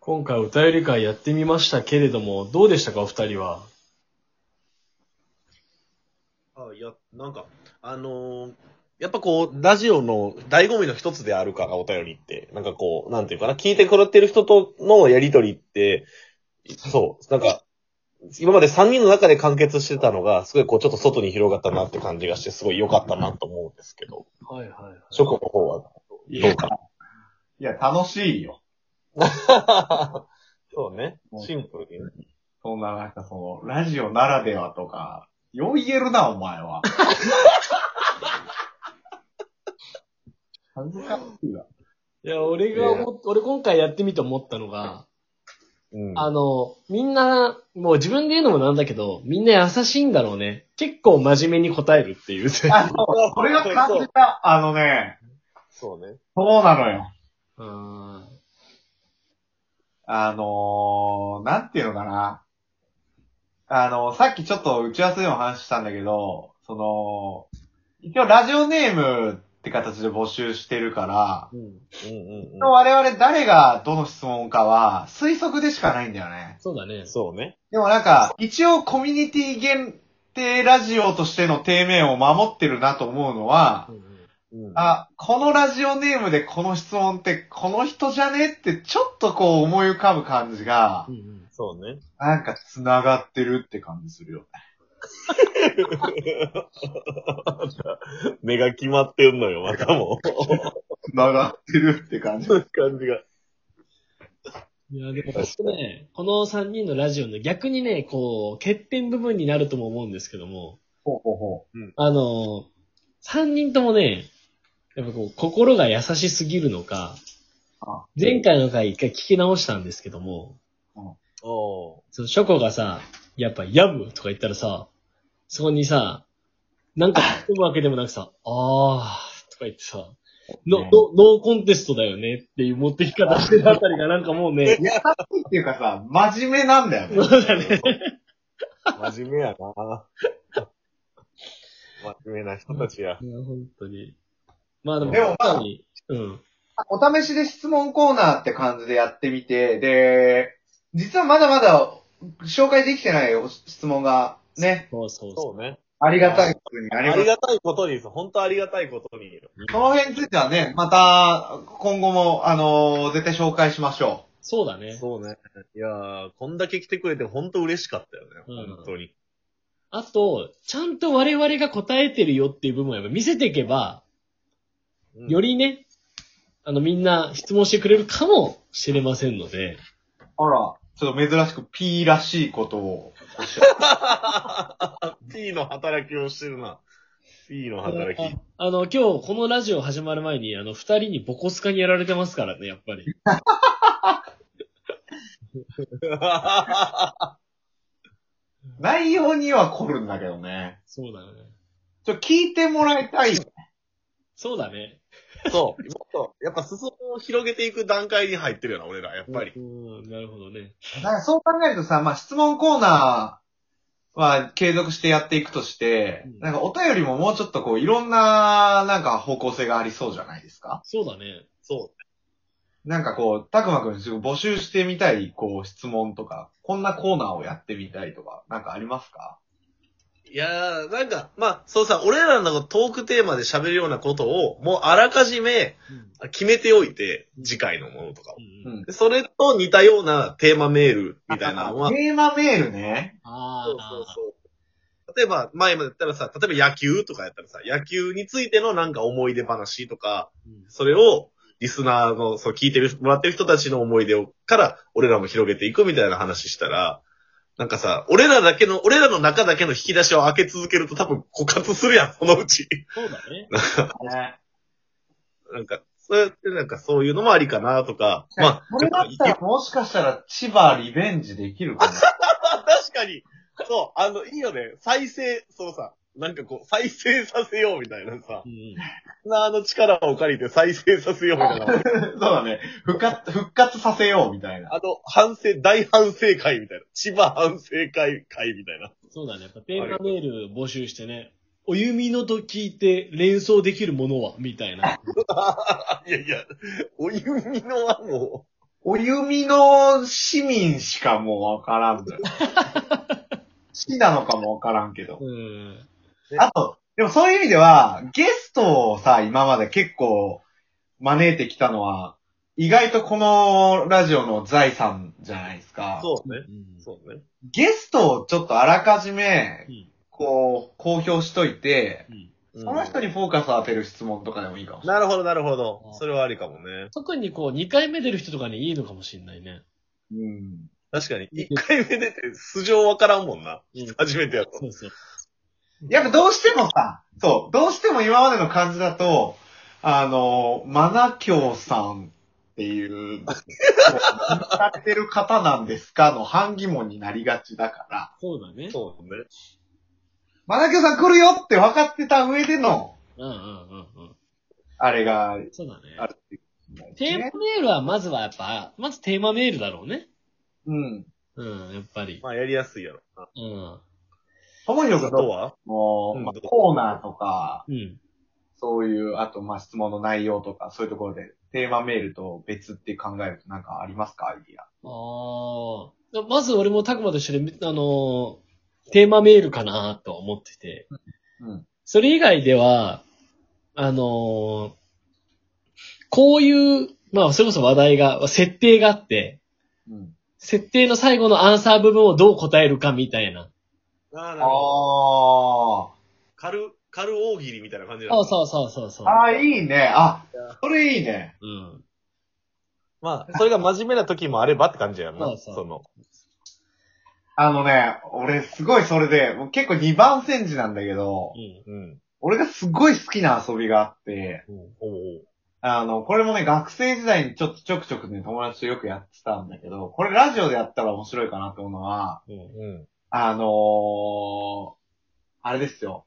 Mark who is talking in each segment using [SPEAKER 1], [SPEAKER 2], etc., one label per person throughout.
[SPEAKER 1] 今回お便り会やってみましたけれども、どうでしたか、お二人は。
[SPEAKER 2] あいや、なんか、あのーやっぱこう、ラジオの醍醐味の一つであるから、お便りって。なんかこう、なんていうかな、聞いてくれてる人とのやりとりって、そう、なんか、今まで3人の中で完結してたのが、すごいこう、ちょっと外に広がったなって感じがして、すごい良かったなと思うんですけど、
[SPEAKER 1] はいはいはい。
[SPEAKER 2] ショコの方はどうか
[SPEAKER 3] いや、楽しいよ。
[SPEAKER 2] な。そうね、シンプルにね。
[SPEAKER 3] そんな、なんかその、ラジオならではとか、よう言えるな、お前は。恥ずかしいわ。
[SPEAKER 1] いや、俺が思っ、俺今回やってみて思ったのが、
[SPEAKER 2] うん。
[SPEAKER 1] あの、みんな、もう自分で言うのもなんだけど、みんな優しいんだろうね。結構真面目に答えるっていう。
[SPEAKER 3] あ、そう、それが感じた。あのね、
[SPEAKER 2] そうね。
[SPEAKER 3] そうなのよ。
[SPEAKER 1] うん。
[SPEAKER 3] あのー、なんていうのかな。あのさっきちょっと打ち合わせでも話したんだけど、その、一応ラジオネームって形で募集してるから、
[SPEAKER 1] うん。
[SPEAKER 2] うんうんう
[SPEAKER 3] 我々誰がどの質問かは推測でしかないんだよね。
[SPEAKER 1] そうだね
[SPEAKER 2] ん。。そうね。
[SPEAKER 3] でもなんか、一応コミュニティ限定ラジオとしての底面を守ってるなと思うのは
[SPEAKER 1] う、んうん
[SPEAKER 2] うん、
[SPEAKER 3] あ、このラジオネームでこの質問ってこの人じゃねってちょっとこう思い浮かぶ感じが
[SPEAKER 1] う、んうん
[SPEAKER 2] そうね。
[SPEAKER 3] なんか繋がってるって感じするよね。
[SPEAKER 2] 目が決まってんのよ、またもう。
[SPEAKER 3] 繋がってるって感 じ。
[SPEAKER 2] 感じが。
[SPEAKER 1] いや、でも本当ね、この3人のラジオの逆にね、こう、欠点部分になるとも思うんですけども、
[SPEAKER 3] ほうほうほ
[SPEAKER 1] あの、3人ともね、やっぱこう、心が優しすぎるのか
[SPEAKER 3] あ、
[SPEAKER 1] 前回の回一回聞き直したんですけども、
[SPEAKER 2] おー。
[SPEAKER 1] その、ショコがさ、やっぱ、やむとか言ったらさ、そこにさ、なんか含むわけでもなくさ、あーとか言ってさ、の、の、ノーコンテストだよねっていう持ってき方してるあたりがなんかもうね、
[SPEAKER 3] う。っていうかさ、真面目なんだよね。
[SPEAKER 1] そうだね。
[SPEAKER 2] 真面目やな。真面目な人たちや。
[SPEAKER 1] いや、本当に。まあでも、
[SPEAKER 3] でもまあ
[SPEAKER 1] 本当にうん。
[SPEAKER 3] お試しで質問コーナーって感じでやってみて、で、実はまだまだ紹介できてないお質問がね、
[SPEAKER 1] そうそうそ
[SPEAKER 2] そうね。
[SPEAKER 3] ありがたいことにあ
[SPEAKER 2] あ
[SPEAKER 3] ります
[SPEAKER 2] りがたいことに、本当ありがたいことに。
[SPEAKER 3] その辺についてはね、また、今後も、あのー絶対紹介しましょ
[SPEAKER 1] う。そうだね。
[SPEAKER 2] そうね。いやー、こんだけ来てくれて本当嬉しかったよね。
[SPEAKER 1] うん
[SPEAKER 2] 本当に。
[SPEAKER 1] あと、ちゃんと我々が答えてるよっていう部分をやっぱ見せていけば、
[SPEAKER 2] うん
[SPEAKER 1] よりね、あの、みんな質問してくれるかもしれませんので、
[SPEAKER 3] う。あら。ちょっと珍しく P らしいことを。
[SPEAKER 2] P の働きをしてるな。P の
[SPEAKER 1] あ
[SPEAKER 2] 働き。
[SPEAKER 1] あの、今日このラジオ始まる前に、あの、二人にボコスカにやられてますからね、やっぱ り。
[SPEAKER 3] 内容には凝るんだけどね。
[SPEAKER 1] そうだよね。
[SPEAKER 3] ちょ、聞いてもらいたい。
[SPEAKER 1] そうだね。
[SPEAKER 2] そう。もっと、やっぱ裾を広げていく段階に入ってるよな、俺ら、やっぱり。
[SPEAKER 1] うん、なるほどね。
[SPEAKER 3] だからそう考えるとさ、まあ、質問コーナーは継続してやっていくとして、
[SPEAKER 1] うん
[SPEAKER 3] なんかお便りももうちょっとこう、いろんな、なんか方向性がありそうじゃないですか。
[SPEAKER 1] そうだね。
[SPEAKER 2] そ
[SPEAKER 3] なんかこう、たくまくん募集してみたい、こう、質問とか、こんなコーナーをやってみたいとか、なんかありますか
[SPEAKER 2] う。いやー、なんか、まあ、そうさ、俺らのトークテーマで喋るようなことを、もうあらかじめ決めておいて、次回のものとかを。
[SPEAKER 1] うん。
[SPEAKER 3] うん
[SPEAKER 2] でそれと似たようなテーマメールみたいなのは、
[SPEAKER 3] テーマメールね。
[SPEAKER 1] あ
[SPEAKER 2] そうそう
[SPEAKER 1] あ、
[SPEAKER 2] そう。例えば、前まで言ったらさ、例えば野球とかやったらさ、野球についてのなんか思い出話とか、
[SPEAKER 1] うん
[SPEAKER 2] それを、リスナーの、そう、聞いてる、もらってる人たちの思い出を、から、俺らも広げていくみたいな話したら、なんかさ、俺らだけの、俺らの中だけの引き出しを開け続けると多分枯渇するやん、そのうち。
[SPEAKER 1] そうだ ね。
[SPEAKER 3] ね
[SPEAKER 2] なんか、そうやってなんかそういうのもありかなとか、まあ、
[SPEAKER 3] これだったらもしかしたら千葉リベンジできるかな。
[SPEAKER 2] あ確かに。そう、あの、いいよね。再生、そうさ、なんかこう、再生させようみたいなさ
[SPEAKER 1] う、ん。
[SPEAKER 2] なあの力を借りて再生させようみたいな。
[SPEAKER 3] そうだね。復活、復活させようみたいな。
[SPEAKER 2] あの、反省、大反省会みたいな。千葉反省会会みたいな。
[SPEAKER 1] そうだね。やっぱテーマメール募集してね。お弓のと聞いて連想 できるものはみたいな。
[SPEAKER 2] いやいや、お弓のはも
[SPEAKER 3] お弓の市民しかもうわからんのよ。好きなのかもわからんけど。
[SPEAKER 1] うん。
[SPEAKER 3] あと、でもそういう意味では、ゲストをさ、今まで結構招いてきたのは、意外とこのラジオの財産じゃないですか。
[SPEAKER 2] そうね。そうね。
[SPEAKER 3] ゲストをちょっとあらかじめ
[SPEAKER 1] うん、
[SPEAKER 3] こう、公表しといて、
[SPEAKER 2] そ
[SPEAKER 3] その人にフォーカスを当てる質問とかでもいいかもしれない。
[SPEAKER 2] なるほど、なるほど。それはありかもね。
[SPEAKER 1] 特にこう、2回目出る人とかにいいのかもしれないね。
[SPEAKER 3] うん。
[SPEAKER 2] 確かに。一回目出て、素性わからんもんな。
[SPEAKER 1] うん
[SPEAKER 2] 初めてやと。
[SPEAKER 1] そうそう。
[SPEAKER 3] やっぱどうしてもさ、そう、どうしても今までの感じだと、あの、マナキョウさんっていう、使ってる方なんですかの反疑問になりがちだから、
[SPEAKER 1] そうだね。
[SPEAKER 2] そうね。
[SPEAKER 3] マナキョウさん来るよって分かってた上での、
[SPEAKER 1] うんうんうんうん。
[SPEAKER 3] あれが
[SPEAKER 1] そうだね。
[SPEAKER 3] あるってい
[SPEAKER 1] テー
[SPEAKER 3] う、
[SPEAKER 1] マメールは、まずはやっぱ、まずテーマメールだろうね。
[SPEAKER 3] うん。
[SPEAKER 1] うん、やっぱり。
[SPEAKER 2] まあ、やりやすいやろな。
[SPEAKER 1] うん。
[SPEAKER 3] ともひろく
[SPEAKER 2] あ
[SPEAKER 3] ん
[SPEAKER 2] と
[SPEAKER 3] と
[SPEAKER 2] は
[SPEAKER 3] も、
[SPEAKER 2] うん
[SPEAKER 3] まあコーナーとか、
[SPEAKER 1] うん。
[SPEAKER 3] そういう、あと、まあ、質問の内容とか、そういうところで、テーマメールと別って考えるとなんかありますかアイディア。
[SPEAKER 1] ああ。まず俺もたくまと一緒で、あのー、テーマメールかなとは思ってて。
[SPEAKER 3] うん。
[SPEAKER 1] それ以外では、あのー、こういう、まあ、それこそ話題が、設定があって、
[SPEAKER 3] うん。
[SPEAKER 1] 設定の最後のアンサー部分をどう答えるかみたいな。
[SPEAKER 2] ああ、なるほど。
[SPEAKER 3] ああ。
[SPEAKER 2] 軽、軽大喜利みたいな感じな
[SPEAKER 1] そう
[SPEAKER 2] う。
[SPEAKER 1] そうそうそうそう。
[SPEAKER 3] ああ、いいね。あ
[SPEAKER 2] いや、
[SPEAKER 3] それいいね。
[SPEAKER 1] うん。
[SPEAKER 2] まあ、それが真面目な時もあればって感じやん
[SPEAKER 1] そ
[SPEAKER 2] な。
[SPEAKER 1] うそう
[SPEAKER 2] その。
[SPEAKER 3] あのね、俺すごいそれで、もう結構二番煎じなんだけど
[SPEAKER 1] う、ん。
[SPEAKER 2] うん。
[SPEAKER 3] 俺がすごい好きな遊びがあって、
[SPEAKER 2] おう
[SPEAKER 3] あの、これもね、学生時代にちょっとちょくちょくね、友達とよくやってたんだけど、これラジオでやったら面白いかなと思うのは、
[SPEAKER 1] うん
[SPEAKER 2] おう。うん。
[SPEAKER 3] あのー、あれですよ。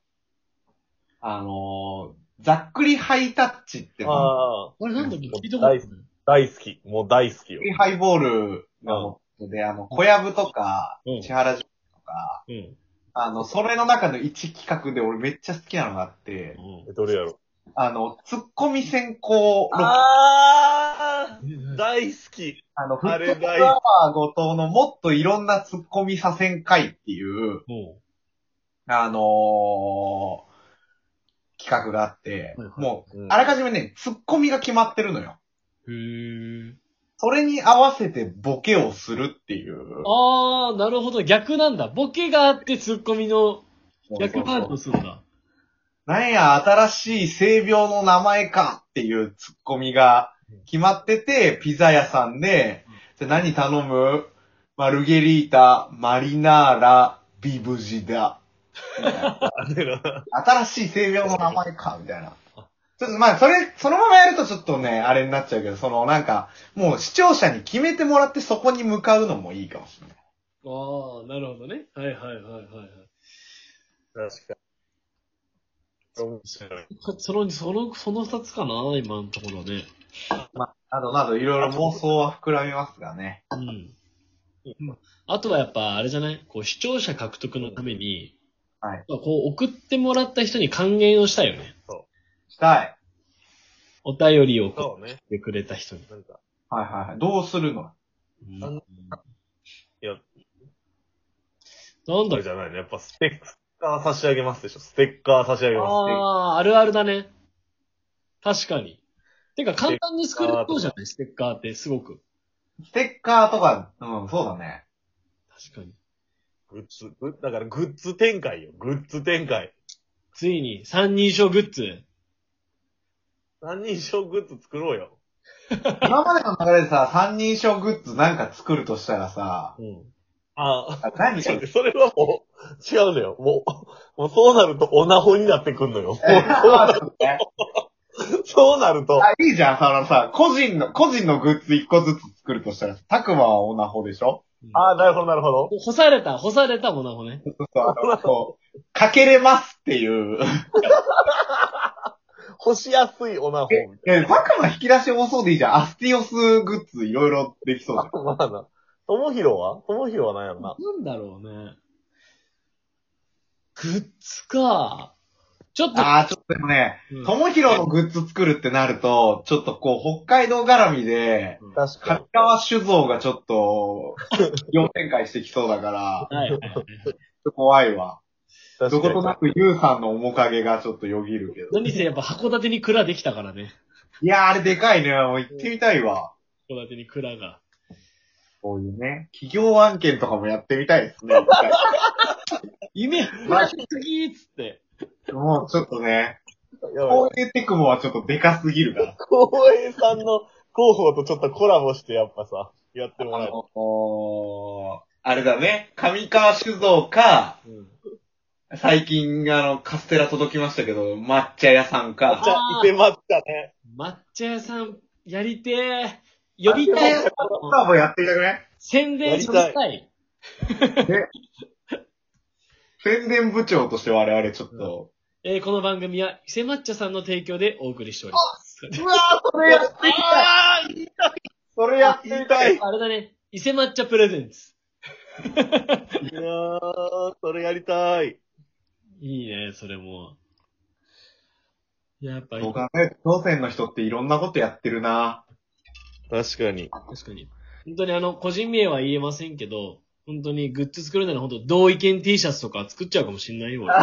[SPEAKER 3] あのー、ざっくりハイタッチって、ざっ
[SPEAKER 2] ああ、
[SPEAKER 1] 俺なんだっけ聞いたことない。
[SPEAKER 2] 大好き。もう大好きよ
[SPEAKER 3] く。りハイボールがモットーで、あの、小籔とか
[SPEAKER 1] うん、
[SPEAKER 3] 千原ジュンとか、
[SPEAKER 1] うん。
[SPEAKER 3] あの、それの中の一企画で俺めっちゃ好きなのがあって、
[SPEAKER 1] う
[SPEAKER 2] えどれやろ
[SPEAKER 3] あの、ツッコミ先行ロあ
[SPEAKER 2] あ
[SPEAKER 1] ん。
[SPEAKER 2] 大好き。
[SPEAKER 3] の、フ
[SPEAKER 2] あれ
[SPEAKER 3] ット
[SPEAKER 2] だい
[SPEAKER 3] パワー後藤のもっといろんなツッコミ左遷会っていう、
[SPEAKER 1] も
[SPEAKER 3] あのー企画があって
[SPEAKER 1] はいは、い
[SPEAKER 3] もう
[SPEAKER 2] う、ん
[SPEAKER 3] あらかじめね、ツッコミが決まってるのよ。
[SPEAKER 1] う。へえ。
[SPEAKER 3] それに合わせてボケをするっていう。
[SPEAKER 1] ああ、なるほど。逆なんだ。ボケがあってツッコミの
[SPEAKER 3] そうそうそう
[SPEAKER 1] 逆パートをするんだ。
[SPEAKER 3] なんや、新しい性病の名前かっていうツッコミが決まってて、ピザ屋さんで、じゃあ何頼むマルゲリータ、マリナーラ、ビブジダ。みたいな
[SPEAKER 2] あれが。
[SPEAKER 3] 新しい性病の名前かみたいな。ちょっとまあ、それ、そのままやるとちょっとね、あれになっちゃうけど、そのなんか、もう視聴者に決めてもらってそこに向かうのもいいかもしれない。
[SPEAKER 1] ああ、なるほどね。はいはいはいはいはい。
[SPEAKER 2] 確かに。面白い。
[SPEAKER 1] その、その、その二つかな、今のところね。
[SPEAKER 3] まあ、などなどいろいろ妄想は膨らみますがね。
[SPEAKER 1] うん。あとはやっぱ、あれじゃないこう、視聴者獲得のために、
[SPEAKER 3] はい。
[SPEAKER 1] まあこう、送ってもらった人に還元をしたいよね。
[SPEAKER 3] したい。
[SPEAKER 1] お便りを送
[SPEAKER 2] そうね
[SPEAKER 1] っ。てくれた人に。
[SPEAKER 2] なんか、
[SPEAKER 3] はいはいはい。どうするの
[SPEAKER 1] うん
[SPEAKER 2] あのいや
[SPEAKER 1] なん
[SPEAKER 2] そ
[SPEAKER 1] だ
[SPEAKER 2] れじゃないね。やっぱステッカー差し上げますでしょ。ステッカー差し上げます。
[SPEAKER 1] ああ、あるあるだね。確かに。てか、簡単に作れそうじゃないステッカーって、すごく。
[SPEAKER 3] ステッカーとか、うん、そうだね。
[SPEAKER 1] 確かに。
[SPEAKER 2] グッズ、グッだからグッズ展開よ。グッズ展開。
[SPEAKER 1] ついに、三人称グッズ。
[SPEAKER 2] 三人称グッズ作ろうよ。
[SPEAKER 3] 今までの流れでさ、三人称グッズなんか作るとしたらさ、
[SPEAKER 1] うん。
[SPEAKER 2] あ
[SPEAKER 3] あ何
[SPEAKER 2] あ、違うね。それはもう、違うのよ。もう、もうそうなるとオナホになってくんのよ。もうそうなる
[SPEAKER 3] ね
[SPEAKER 2] そうなると、
[SPEAKER 3] あ、いいじゃん、そのさ、個人の、個人のグッズ一個ずつ作るとしたら、たくまはオナホでしょ
[SPEAKER 2] ああ、なるほど、なるほど。
[SPEAKER 1] 干された、干されたもなほね。
[SPEAKER 3] そうそうあのこうかけれますっていう。
[SPEAKER 2] 干しやすいオナホみたいな。
[SPEAKER 3] え、たくま引き出し多そうでいいじゃん。アスティオスグッズいろいろできそうじ
[SPEAKER 2] まあな。ともひろはともひろは何やろな。
[SPEAKER 1] なんだろうね。グッズか。ちょっと、
[SPEAKER 3] ああ、ちょっとでもね、
[SPEAKER 1] うん
[SPEAKER 3] ともひろのグッズ作るってなると、ちょっとこう、北海道絡みで、
[SPEAKER 1] うん
[SPEAKER 2] 確かに
[SPEAKER 3] 上。川酒造がちょっ と、4展開してきそうだから、
[SPEAKER 1] はいはいはいはい。
[SPEAKER 3] 怖いわ。ど
[SPEAKER 2] 確
[SPEAKER 3] こ
[SPEAKER 2] か
[SPEAKER 3] とな
[SPEAKER 2] に。
[SPEAKER 3] くゆうさんの面影がちょっとよぎるけど。
[SPEAKER 1] 何せやっぱ函館に蔵できたからね。
[SPEAKER 3] いやー、あれでかいね。もう行ってみたいわ。
[SPEAKER 1] 函館に蔵が。
[SPEAKER 3] こういうね、企業案件とかもやってみたいですね。
[SPEAKER 1] 夢、話しすぎーっつって。
[SPEAKER 3] もうちょっとね、
[SPEAKER 2] やばい
[SPEAKER 3] こういうテクモはちょっとでかすぎるから。
[SPEAKER 2] 公園さんの広報とちょっとコラボしてやっぱさ、やっても
[SPEAKER 3] あ
[SPEAKER 2] らえる。
[SPEAKER 3] のおーあれだね、上川酒造か、
[SPEAKER 1] うん。
[SPEAKER 3] 最近あの、カステラ届きましたけど、抹茶屋さん
[SPEAKER 2] 抹茶
[SPEAKER 3] か。、
[SPEAKER 2] 伊勢抹茶ね。
[SPEAKER 1] 抹茶屋さん、やりてー。呼びたい。
[SPEAKER 3] コラボやってみたくない
[SPEAKER 1] 宣伝しなさい。
[SPEAKER 3] 宣伝部長として我々ちょっと。
[SPEAKER 1] えーこの番組は、伊勢抹茶さんの提供でお送りしております。
[SPEAKER 3] うわー、それやってみたい
[SPEAKER 2] ああ
[SPEAKER 3] それやってみたい
[SPEAKER 1] あれだね。伊勢抹茶プレゼンツ。
[SPEAKER 2] いやー、それやりたい。
[SPEAKER 1] いいね、それも。やっぱいい
[SPEAKER 3] 僕はね、当選の人っていろんなことやってるな
[SPEAKER 2] 確かに。
[SPEAKER 1] 確かに。本当にあの、個人名は言えませんけど、本当にグッズ作るなら本当同意見 T シャツとか作っちゃうかもしんないよ、俺。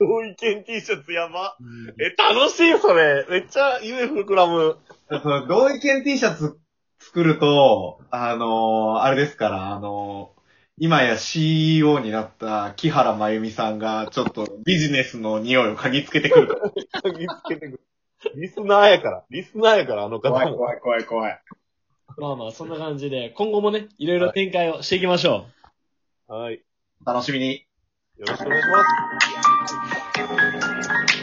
[SPEAKER 2] 同意見 T シャツやば。
[SPEAKER 1] うん
[SPEAKER 2] え、楽しいそれ。めっちゃ夢膨らむ。
[SPEAKER 3] その同意見 T シャツ作ると、あのーあれですから、あのー今や CEO になった木原真由美さんが、ちょっとビジネスの匂いを嗅ぎつけてくるから。
[SPEAKER 2] 嗅ぎつけてくる。リスナーやから。リスナーやから、あの方
[SPEAKER 3] 怖い
[SPEAKER 2] も。
[SPEAKER 3] 怖い怖い怖い。
[SPEAKER 1] まあまあ、そんな感じで、今後もね、いろいろ展開をしていきましょ
[SPEAKER 2] はい。
[SPEAKER 3] 楽しみに。
[SPEAKER 2] よろしくお願いします。
[SPEAKER 1] う。